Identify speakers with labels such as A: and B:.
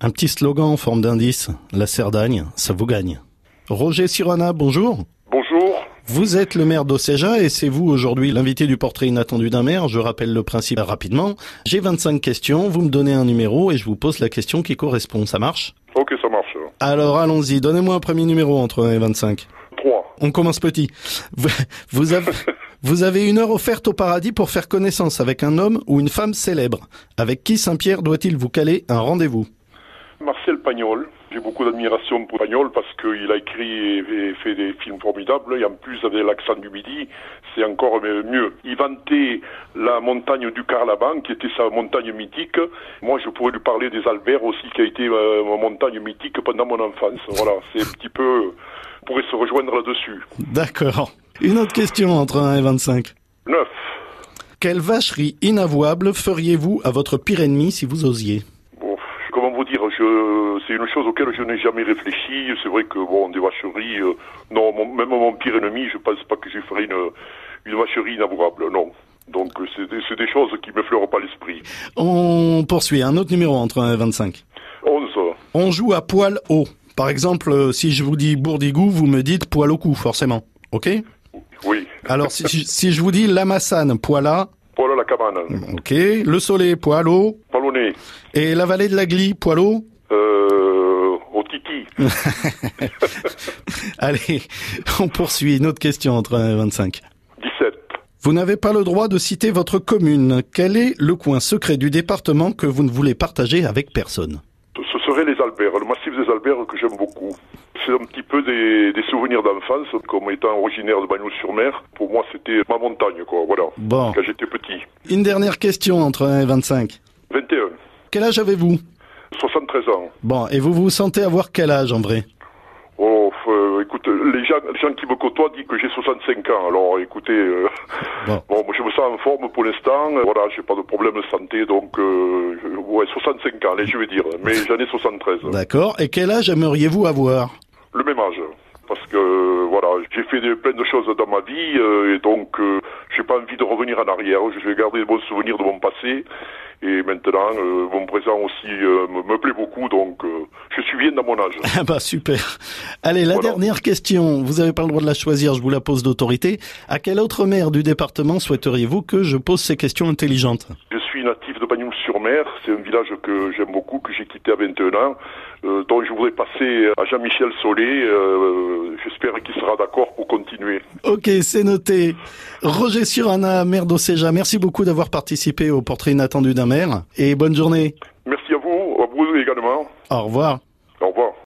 A: Un petit slogan en forme d'indice. La Cerdagne, ça vous gagne. Roger Sirana, bonjour.
B: Bonjour.
A: Vous êtes le maire d'Océja et c'est vous aujourd'hui l'invité du portrait inattendu d'un maire. Je rappelle le principe rapidement. J'ai 25 questions, vous me donnez un numéro et je vous pose la question qui correspond. Ça marche
B: Ok, ça marche.
A: Alors allons-y, donnez-moi un premier numéro entre 1 et 25.
B: 3.
A: On commence petit. Vous- Vous avez, vous avez une heure offerte au paradis pour faire connaissance avec un homme ou une femme célèbre. Avec qui Saint-Pierre doit-il vous caler un rendez-vous
B: Marcel Pagnol. J'ai beaucoup d'admiration pour Pagnol parce qu'il a écrit et et fait des films formidables. Et en plus, avec l'accent du midi, c'est encore euh, mieux. Il vantait la montagne du Carlaban, qui était sa montagne mythique. Moi, je pourrais lui parler des Alberts aussi, qui a été euh, ma montagne mythique pendant mon enfance. Voilà, c'est un petit peu... On pourrait se rejoindre là-dessus.
A: D'accord. Une autre question entre 1 et 25.
B: 9.
A: Quelle vacherie inavouable feriez-vous à votre pire ennemi si vous osiez
B: Bon, comment vous dire, je, c'est une chose auquel je n'ai jamais réfléchi. C'est vrai que, bon, des vacheries, euh, non, mon- même mon pire ennemi, je pense pas que je ferais une, une vacherie inavouable, non. Donc, euh, c'est des, c'est des choses qui ne m'effleurent pas l'esprit.
A: On poursuit un autre numéro entre 1 et 25.
B: 11.
A: On joue à poil haut. Par exemple, euh, si je vous dis Bourdigou, vous me dites poil au cou, forcément. Ok
B: Oui.
A: Alors, si, si- si je vous dis Lamassane, poil à,
B: Voilà la cabane.
A: ok. Le Soleil, poil haut.
B: Palonnet.
A: Et la vallée de la Glie, poil haut.
B: Euh, au Titi.
A: Allez, on poursuit. Une autre question entre 1 et 25.
B: 17.
A: Vous n'avez pas le droit de citer votre commune. Quel est le coin secret du département que vous ne voulez partager avec personne
B: Ce serait les Alberts, le massif des Alberts que j'aime beaucoup. C'est un petit peu des, des souvenirs d'enfance, comme étant originaire de Bagnols-sur-Mer. Pour moi, c'était ma montagne, quoi, voilà,
A: Bon,
B: quand j'étais petit.
A: une dernière question entre 1 et 25.
B: 21.
A: Quel âge avez-vous
B: 73 ans.
A: Bon, et vous vous sentez avoir quel âge en vrai
B: Oh, f- euh, écoute, les gens, les gens qui me côtoient disent que j'ai 65 ans. Alors, écoutez, euh,
A: Bon.
B: bon, moi, je me sens en forme pour l'instant. Euh, Voilà, j'ai pas de problème de santé, donc euh, je- ouais, 65 ans, allez, je vais dire. Mais j'en ai 73.
A: D'accord. Et quel âge aimeriez-vous avoir
B: Le même âge. Parce que euh, voilà, j'ai fait de- plein de choses dans ma vie euh, et donc euh, j'ai pas envie de revenir en arrière. Je vais garder les bons souvenirs de mon passé et maintenant euh, mon présent aussi euh, me, me plaît beaucoup. Donc euh, je suis bien dans mon âge.
A: Ah bah super. Allez, la
B: Voilà.
A: dernière question. Vous n'avez pas le droit de la choisir, je vous la pose d'autorité. À quel autre maire du département souhaiteriez-vous que je pose ces questions intelligentes
B: Je suis natif de Bagnoul-sur-Mer, c'est un village que j'aime beaucoup, que j'ai quitté à 21 ans, euh, dont je voudrais passer à Jean-Michel Solé, euh, j'espère qu'il sera d'accord pour continuer.
A: Ok, c'est noté. Roger Surana, maire d'Océja, merci beaucoup d'avoir participé au portrait inattendu d'un maire et bonne journée.
B: Merci à vous, à vous également.
A: Au revoir.